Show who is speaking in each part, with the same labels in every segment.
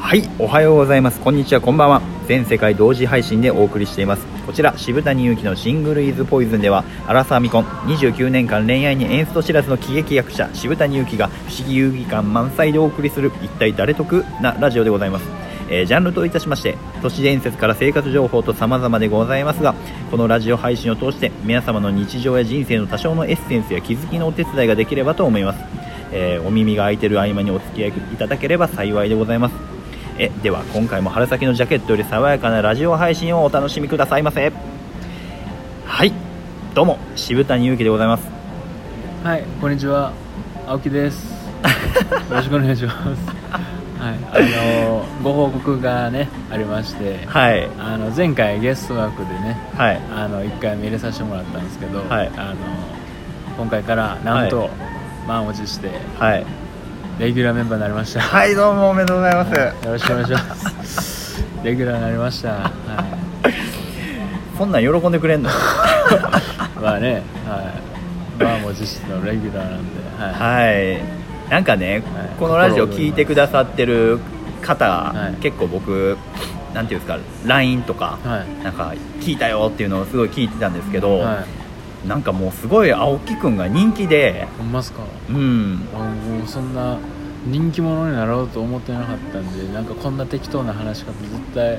Speaker 1: はいおはようございますこんにちはこんばんは全世界同時配信でお送りしていますこちら渋谷祐希のシングルイズポイズンではアラサー未婚29年間恋愛にエンスト知らずの喜劇役者渋谷祐希が不思議遊戯感満載でお送りする一体誰得なラジオでございますえージャンルといたしまして都市伝説から生活情報と様々でございますがこのラジオ配信を通して皆様の日常や人生の多少のエッセンスや気づきのお手伝いができればと思います、えーお耳が空いてる合間にお付き合いいただければ幸いでございますえでは今回も春先のジャケットより爽やかなラジオ配信をお楽しみくださいませはいどうも渋谷祐希でございます
Speaker 2: はい、こんにちは、青木 です。よろしくお願いします。はい、あのご報告がねありまして、
Speaker 1: はい
Speaker 2: あの前回ゲスト枠でね、
Speaker 1: はい
Speaker 2: あの一回見れさせてもらったんですけど、
Speaker 1: はい
Speaker 2: あの今回からなんと、
Speaker 1: はい
Speaker 2: 満を持して
Speaker 1: はい
Speaker 2: レギュラーメンバーになりました。
Speaker 1: はいどうもおめでとうございま
Speaker 2: はいよろしくお願いします。 レギュラーになりました。は
Speaker 1: そんなん喜んでくれん の
Speaker 2: い、まあね、はい、満を持してのレギュラーなんで、はい。
Speaker 1: はいなんかね、
Speaker 2: はい
Speaker 1: このラジオ聞いてくださってる方、
Speaker 2: はい
Speaker 1: 結構僕なんていうんですか LINE とか、
Speaker 2: はい
Speaker 1: なんか聞いたよっていうのをすごい聞いてたんですけど、
Speaker 2: はい
Speaker 1: なんかもうすごい青木くんが人気で
Speaker 2: ほんまっすか
Speaker 1: うん
Speaker 2: あもうそんな人気者になろうと思ってなかったんでなんかこんな適当な話し方絶対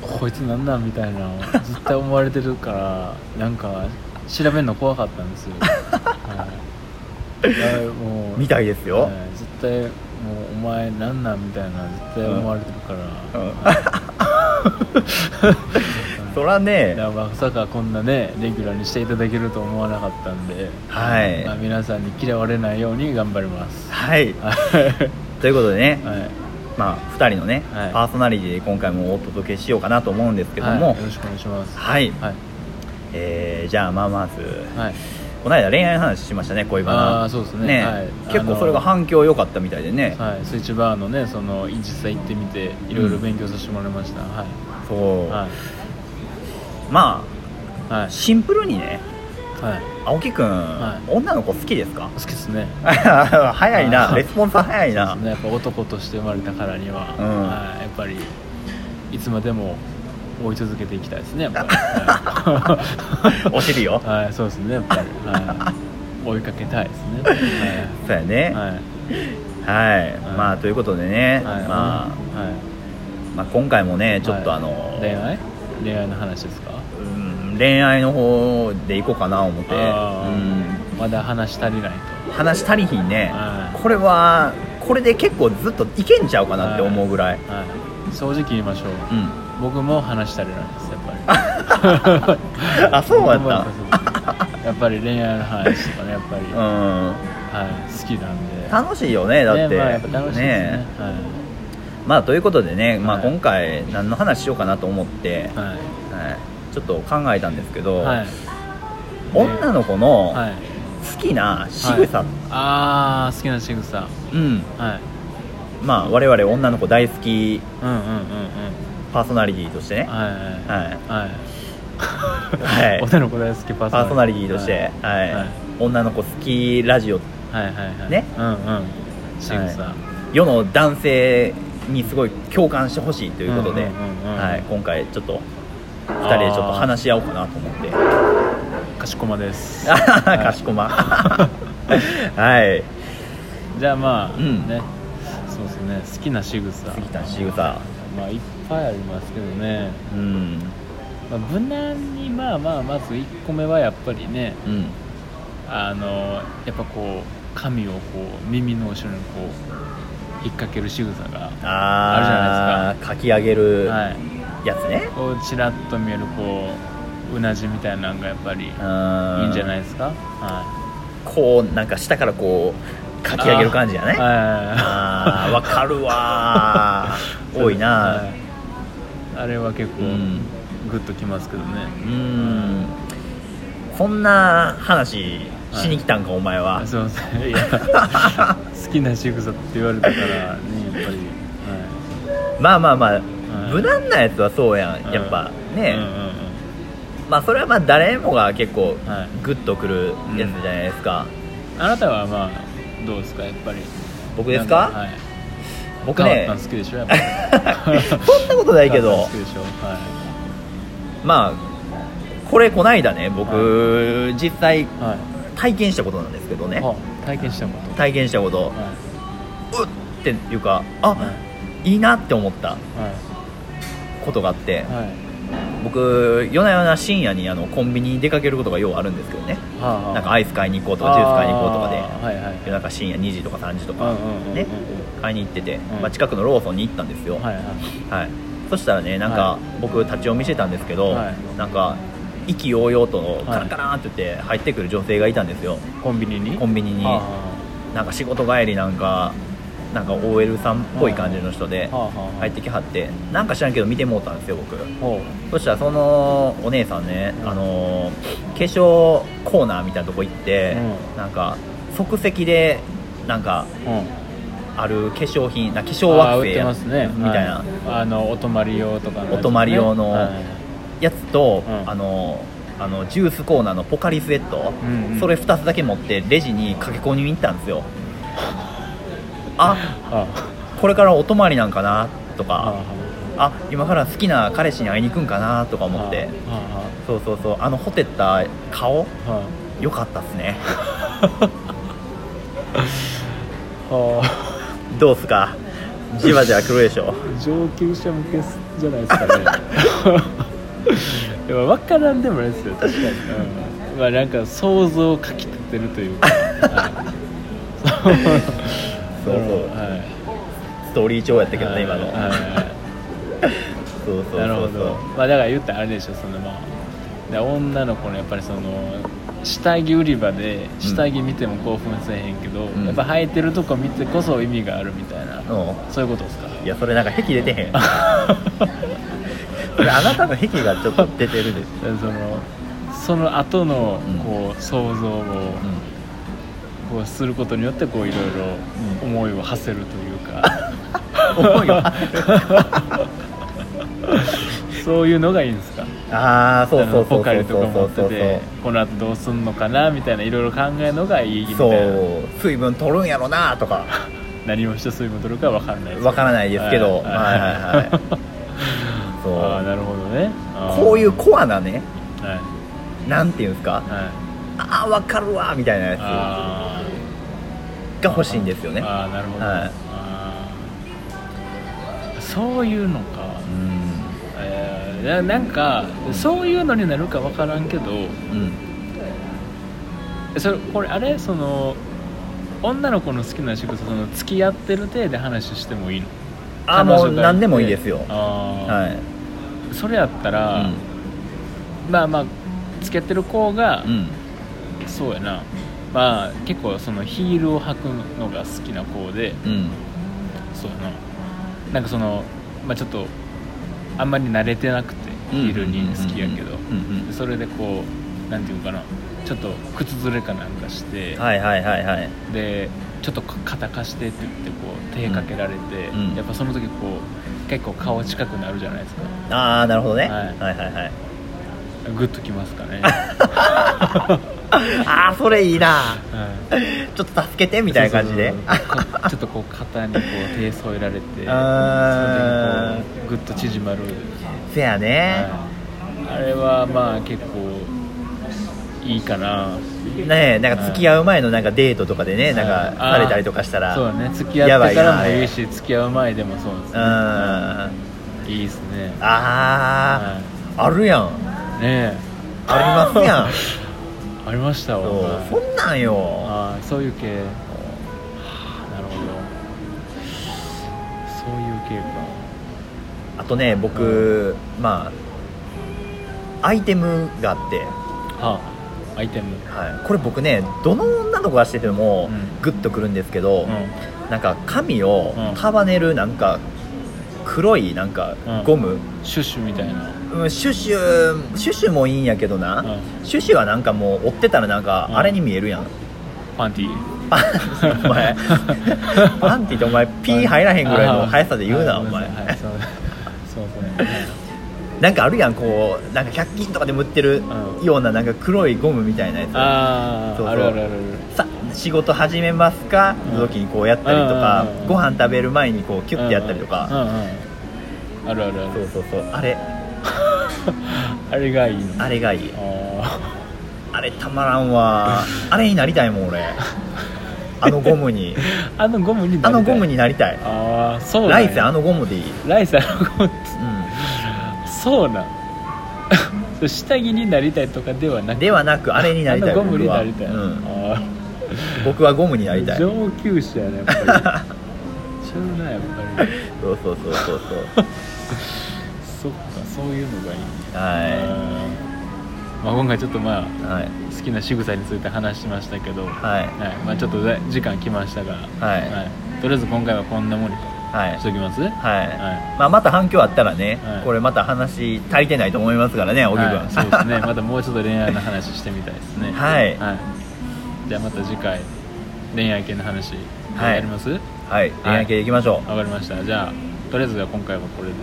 Speaker 2: こいつなんなんみたいなの絶対思われてるからなんか調べるの怖かったんですよ、はい、 いやもう
Speaker 1: みたいですよ、
Speaker 2: はい絶対もうお前なんなんみたいな絶対思われてるから、
Speaker 1: うんうん
Speaker 2: はい
Speaker 1: そらね
Speaker 2: いやまさかこんなねレギュラーにしていただけると思わなかったんで、
Speaker 1: はい
Speaker 2: まあ、皆さんに嫌われないように頑張り ます
Speaker 1: はい
Speaker 2: はい
Speaker 1: ということでね、
Speaker 2: はい
Speaker 1: まあ2人のね、
Speaker 2: はい
Speaker 1: パーソナリティで今回もお届けしようかなと思うんですけども
Speaker 2: はい、よろしくお願いします
Speaker 1: はい
Speaker 2: はい
Speaker 1: えーじゃあまあまず
Speaker 2: はい
Speaker 1: この間恋愛の話しましたね恋バナ
Speaker 2: あーそうですねはい
Speaker 1: 結構それが反響良かったみたいでね、
Speaker 2: はい、スイッチバーのねその実際行ってみていろいろ勉強させてもらいました、はい
Speaker 1: そう、
Speaker 2: はい
Speaker 1: ま
Speaker 2: は
Speaker 1: あ
Speaker 2: い
Speaker 1: シンプルにね
Speaker 2: はい
Speaker 1: 青木くん、
Speaker 2: はい
Speaker 1: 女の子好きですか
Speaker 2: 好きですね
Speaker 1: 早いな
Speaker 2: はい
Speaker 1: レスポンス早い
Speaker 2: そ
Speaker 1: な
Speaker 2: うですねやっぱ男として生まれたからには、
Speaker 1: うん
Speaker 2: はいやっぱりいつまでも追い続けていきたいですねやっ ぱり、は
Speaker 1: お尻よ
Speaker 2: いはい、そうですねやっぱり、はい、追いかけたいですね
Speaker 1: そうやね
Speaker 2: はい、
Speaker 1: はい、
Speaker 2: はい
Speaker 1: まあということでね、
Speaker 2: はい
Speaker 1: まあ、
Speaker 2: はい、
Speaker 1: まあ今回もねちょっと
Speaker 2: はい
Speaker 1: あの、
Speaker 2: 恋愛恋愛の話ですか
Speaker 1: うん恋愛の方で行こうかな思って、
Speaker 2: あ
Speaker 1: う
Speaker 2: ー
Speaker 1: ん
Speaker 2: まだ話足りない
Speaker 1: 話足りひんね
Speaker 2: はい
Speaker 1: これはこれで結構ずっといけんちゃうかなって思うぐらい、
Speaker 2: と、はい、正直言いましょう、
Speaker 1: うん
Speaker 2: 僕も話足りないですやっぱり
Speaker 1: あそうやった
Speaker 2: 僕もそうやっぱり恋愛の話とかねやっぱり、
Speaker 1: うん
Speaker 2: はい、好きなんで
Speaker 1: 楽しいよねだって、
Speaker 2: ねまあ、やっぱ楽しいですね
Speaker 1: ねまあということでね、まあ、
Speaker 2: はい
Speaker 1: 今回何の話しようかなと思って、
Speaker 2: はい
Speaker 1: はい、ちょっと考えたんですけど、
Speaker 2: はいはい、
Speaker 1: 女の子の
Speaker 2: はい、
Speaker 1: 好きな仕草、
Speaker 2: はいああ好きな仕草は
Speaker 1: う
Speaker 2: い
Speaker 1: ん
Speaker 2: う
Speaker 1: まあ我々女の子大好き
Speaker 2: んうんうん
Speaker 1: パーソナリティとして
Speaker 2: うん
Speaker 1: ね、
Speaker 2: はい
Speaker 1: はい
Speaker 2: はい
Speaker 1: はい
Speaker 2: 女の子大好きパ
Speaker 1: パー
Speaker 2: ー
Speaker 1: ソナ
Speaker 2: ソナ
Speaker 1: リ
Speaker 2: リ
Speaker 1: テ
Speaker 2: テ
Speaker 1: ィ
Speaker 2: ィ
Speaker 1: として、は
Speaker 2: はいいはい
Speaker 1: 女の子好きラジオ
Speaker 2: はいはいはい
Speaker 1: ね
Speaker 2: うんうん仕草、
Speaker 1: は世の男性にすごい共感してほしいということで、
Speaker 2: うんうんうんうん
Speaker 1: はい、今回ちょっと2人でちょっと話し合おうかなと思って
Speaker 2: かしこまです
Speaker 1: あ
Speaker 2: は
Speaker 1: はい かしこ まはい
Speaker 2: じゃあまあ、
Speaker 1: うん
Speaker 2: ねそうですね好きな仕草
Speaker 1: 杉田仕草
Speaker 2: まあいっぱいありますけどね、
Speaker 1: うん
Speaker 2: まあ、無難にまあまあまず1個目はやっぱりね
Speaker 1: うん
Speaker 2: あのやっぱこう髪をこう耳の後ろにこう引っ掛ける仕草が
Speaker 1: あ
Speaker 2: あるじゃない
Speaker 1: ーかき上げる
Speaker 2: はい
Speaker 1: やつね、
Speaker 2: こうちらっと見えるこううなじみたいなのがやっぱりいい
Speaker 1: うん
Speaker 2: んじゃないですかは
Speaker 1: こうなんか下からこう
Speaker 2: い
Speaker 1: かき上げる感じやね
Speaker 2: あー
Speaker 1: あーわかるわー 多いな
Speaker 2: はいあれは結構
Speaker 1: うん
Speaker 2: グッときますけどね
Speaker 1: うーんそんな話しに来たんか、お前は
Speaker 2: あすいませ んいや好きな仕草って言われたからねやっぱり
Speaker 1: まあまあまあ、
Speaker 2: い
Speaker 1: 無難なやつはそうやん
Speaker 2: はい
Speaker 1: やっぱ
Speaker 2: う
Speaker 1: ね、
Speaker 2: んうんうん
Speaker 1: まあそれはまあ誰もが結構
Speaker 2: はい
Speaker 1: グッとくるやつじゃないですか、
Speaker 2: あなたはまあどうですかやっぱり
Speaker 1: 僕ですか
Speaker 2: はい
Speaker 1: 僕
Speaker 2: 変わっ
Speaker 1: ね
Speaker 2: たん好きでしょやっぱり
Speaker 1: そんなことないけ
Speaker 2: 変わ
Speaker 1: ど
Speaker 2: ったん好きでしょは
Speaker 1: まあこれこないだね僕、実際
Speaker 2: いはい
Speaker 1: 体験したことなんですけどね
Speaker 2: あ体験したこと
Speaker 1: 体験したこと
Speaker 2: は
Speaker 1: っていうかあ、
Speaker 2: いはい
Speaker 1: いいなって思った
Speaker 2: は
Speaker 1: ことがあって、
Speaker 2: いはい
Speaker 1: 僕夜な夜な深夜にあのコンビニに出かけることがようあるんですけどね
Speaker 2: はあ
Speaker 1: なんかアイス買いに行こうとかジュース買いに行こうとかで
Speaker 2: あーはいはい
Speaker 1: 夜中深夜2時とか3時と
Speaker 2: うん
Speaker 1: か
Speaker 2: うんうんうん
Speaker 1: ね買いに行ってて、
Speaker 2: ん
Speaker 1: まあ、近くのローソンに行ったんですよ、
Speaker 2: はいはい
Speaker 1: はい、そしたらねなんか、
Speaker 2: は
Speaker 1: 僕立ち読みしてたんですけど、
Speaker 2: はい
Speaker 1: なんか意気揚々と
Speaker 2: い
Speaker 1: カランカランって言って入ってくる女性がいたんですよ
Speaker 2: コンビニに
Speaker 1: コンビニに
Speaker 2: は
Speaker 1: なんか仕事帰りなんかなんか OL さんっぽい感じの人で
Speaker 2: あはあはあ
Speaker 1: 入ってきはってなんか知らんけど見てもうたんですよ僕
Speaker 2: ほ
Speaker 1: そしたらそのお姉さんね、
Speaker 2: うん
Speaker 1: あの化粧コーナーみたいなとこ行って、
Speaker 2: う
Speaker 1: なんか即席でなんか
Speaker 2: ううん
Speaker 1: ある化粧品な化粧惑星
Speaker 2: あー売って
Speaker 1: や
Speaker 2: ますね
Speaker 1: みたいな、
Speaker 2: はいあのお泊まり用とかのやつね
Speaker 1: お泊まり用の
Speaker 2: はい
Speaker 1: やつと、
Speaker 2: うん
Speaker 1: あのあのジュースコーナーのポカリスエット、
Speaker 2: うんうん
Speaker 1: それ2つだけ持ってレジに駆け込みに行ったんですよあ
Speaker 2: あ
Speaker 1: これからお泊まりなんかなとか
Speaker 2: あ
Speaker 1: あ今から好きな彼氏に会いに行くんかなとか思って
Speaker 2: あ
Speaker 1: そうそうそうあのほてった顔
Speaker 2: あは
Speaker 1: 良かったっすね
Speaker 2: あは
Speaker 1: どうっすかじわじわ来るでしょ
Speaker 2: あ上級者向けじゃないですかねでも分からんでもないですよ確かに、うんまあなんか想像をかき立てるというか
Speaker 1: そうそう
Speaker 2: はい
Speaker 1: ストーリー調やったけどね今の
Speaker 2: はいはい
Speaker 1: そうそう
Speaker 2: なる
Speaker 1: そ
Speaker 2: ほ
Speaker 1: う
Speaker 2: ど
Speaker 1: そ
Speaker 2: まあだから言ったらあれでしょそのまあだから女の子のやっぱりその下着売り場で下着見ても興奮せえへんけど、
Speaker 1: ん
Speaker 2: やっぱ履いてるとこ見てこそ意味があるみたいな、
Speaker 1: う
Speaker 2: そういうことですか
Speaker 1: うんいやそれなんか癖出てへん それあなたの癖がちょっと出てるでし
Speaker 2: だからそのその後の
Speaker 1: うん
Speaker 2: こう想像
Speaker 1: ょ、
Speaker 2: を
Speaker 1: うん
Speaker 2: こうすることによってこういろいろ思いを馳せるというか、
Speaker 1: 思いを
Speaker 2: そういうのがいいんですか
Speaker 1: ああそうそうそ
Speaker 2: ポ
Speaker 1: う
Speaker 2: カ
Speaker 1: そう
Speaker 2: リ
Speaker 1: そ
Speaker 2: とか持
Speaker 1: う
Speaker 2: って
Speaker 1: そう
Speaker 2: てこの後どうすんのかなみたいないろいろ考えるのがいいみたい
Speaker 1: そ
Speaker 2: な
Speaker 1: う水分取るんやろなとか
Speaker 2: 何をしてそういうことるかわかんないです
Speaker 1: わからないですけど
Speaker 2: は
Speaker 1: はい
Speaker 2: い
Speaker 1: はい はい
Speaker 2: ああ
Speaker 1: そ
Speaker 2: なるほどねあー
Speaker 1: うこういうコアなね
Speaker 2: はいはい
Speaker 1: なんていうんですかああわかるわみたいなや
Speaker 2: あ
Speaker 1: つが欲しいんですよ
Speaker 2: ー
Speaker 1: ね
Speaker 2: あーなるほど、
Speaker 1: はい
Speaker 2: あーそういうのか
Speaker 1: う、ん
Speaker 2: えーななんかそういうのになるかわからんけど
Speaker 1: うん
Speaker 2: それこれあれその女の子の好きな仕事その付き合ってる体で話してもいいの
Speaker 1: あー
Speaker 2: 彼
Speaker 1: も
Speaker 2: 女が
Speaker 1: う
Speaker 2: いて
Speaker 1: 何でもいいですよ
Speaker 2: あー
Speaker 1: はい
Speaker 2: それやったら、まあまあ付き合ってる子が、
Speaker 1: うんうん
Speaker 2: そうやなまあ結構そのヒールを履くのが好きな子で
Speaker 1: うん
Speaker 2: そうやななんかそのまあちょっとあんまり慣れてなくてヒールに好きやけど
Speaker 1: うんうん
Speaker 2: でそれでこうなんていうのかなちょっと靴ずれかなんかして、
Speaker 1: はいはいはいはい
Speaker 2: でちょっと肩貸してって言ってこう手かけられて、
Speaker 1: うんうん
Speaker 2: やっぱその時こう結構顔近くなるじゃないですか
Speaker 1: ああなるほどねは
Speaker 2: はいい
Speaker 1: はいはい
Speaker 2: グッときますかね、
Speaker 1: ああそれいいな
Speaker 2: うん
Speaker 1: ちょっと助けてみたいな感じで
Speaker 2: そうそうそうちょっとこう肩にこう手添えられて
Speaker 1: あー
Speaker 2: それでこうグッと縮まる、
Speaker 1: せやね
Speaker 2: はいあれはまあ結構いいかな
Speaker 1: ねえなんか付き合う前のなんかデートとかでねなんか
Speaker 2: あー
Speaker 1: されたりとかしたら
Speaker 2: そうだね付き合ってからもいいし付き合う前でもそうです
Speaker 1: う
Speaker 2: ね
Speaker 1: んあ
Speaker 2: いいですね
Speaker 1: あ
Speaker 2: は
Speaker 1: ーあるやん
Speaker 2: いねえ
Speaker 1: ありますやん
Speaker 2: ありましたわ
Speaker 1: そうそんなんよ
Speaker 2: あーそういう系はあなるほどそういう系か
Speaker 1: あとね僕まあアイテムがあって、
Speaker 2: はあアイテム
Speaker 1: はい、これ僕ねどの女の子がしてても
Speaker 2: うん
Speaker 1: グッとくるんですけど、
Speaker 2: う
Speaker 1: なんか髪を
Speaker 2: うん
Speaker 1: 束ねるなんか黒いなんか
Speaker 2: うん
Speaker 1: ゴム、
Speaker 2: んシュッシュみたいな
Speaker 1: うんシュシュシュシュもいいんやけどな、
Speaker 2: う
Speaker 1: シュシュはなんかもう追ってたらなんか
Speaker 2: うん
Speaker 1: あれに見えるや ん、
Speaker 2: パンティ
Speaker 1: パンティお 前パンティってお前ピー入らへんぐらいの速さで言うな
Speaker 2: あー
Speaker 1: お前
Speaker 2: はいそうそう ですね
Speaker 1: なんかあるやんこうなんか100均とかでも売ってる
Speaker 2: うん
Speaker 1: ようななんか黒いゴムみたいなや
Speaker 2: あ
Speaker 1: そう
Speaker 2: あ
Speaker 1: そう
Speaker 2: あるあるある
Speaker 1: つさ仕事始めますか
Speaker 2: うん
Speaker 1: の時にこうやったりとか
Speaker 2: うんうんうん
Speaker 1: ご飯食べる前にこうキュッてやったりと
Speaker 2: う
Speaker 1: か
Speaker 2: んうんうんうんあるあるあ
Speaker 1: そう
Speaker 2: る
Speaker 1: そうそうあれ
Speaker 2: あれがいいの
Speaker 1: あれがいい
Speaker 2: あ
Speaker 1: あれたまらん わあれになりたいもん俺あのゴム に
Speaker 2: ーあのゴムに
Speaker 1: あ
Speaker 2: なりたい
Speaker 1: のゴムになりたい
Speaker 2: ああそうなん
Speaker 1: ラ
Speaker 2: や
Speaker 1: イスあのゴムでいい
Speaker 2: ライスあのゴム
Speaker 1: う
Speaker 2: そうなん そう下着になりたいとかではなく
Speaker 1: んではなくあれになりたい
Speaker 2: あのゴムになりたい、
Speaker 1: 僕はうん
Speaker 2: あー
Speaker 1: 僕はゴムになりたいそう
Speaker 2: 上級者やねや っぱりちゃうなやっぱり
Speaker 1: そうそうそうそう
Speaker 2: そっかそういうのがいいね
Speaker 1: は
Speaker 2: うんまあ、今回ちょっとまあ
Speaker 1: いはい
Speaker 2: 好きな仕草について話しましたけど、は
Speaker 1: はい
Speaker 2: いまあ、ちょっとだ時間来ましたが、
Speaker 1: はい
Speaker 2: とりあえず今回はこんなもんに
Speaker 1: はい
Speaker 2: しときますはい、
Speaker 1: はいまあ、また反響あったらね、
Speaker 2: はい
Speaker 1: これまた話足りてないと思いますからね小木君、
Speaker 2: はいそうですねまたもうちょっと恋愛の話してみたいですね
Speaker 1: はい
Speaker 2: じゃあまた次回恋愛系の話
Speaker 1: はい
Speaker 2: やりますわ、
Speaker 1: はい恋愛系でいきましょ
Speaker 2: かりましたじゃあとりあえずは今回はこれで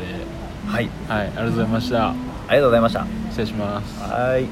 Speaker 1: うはい
Speaker 2: はいありがとうございました
Speaker 1: ありがとうございました
Speaker 2: 失礼します
Speaker 1: はい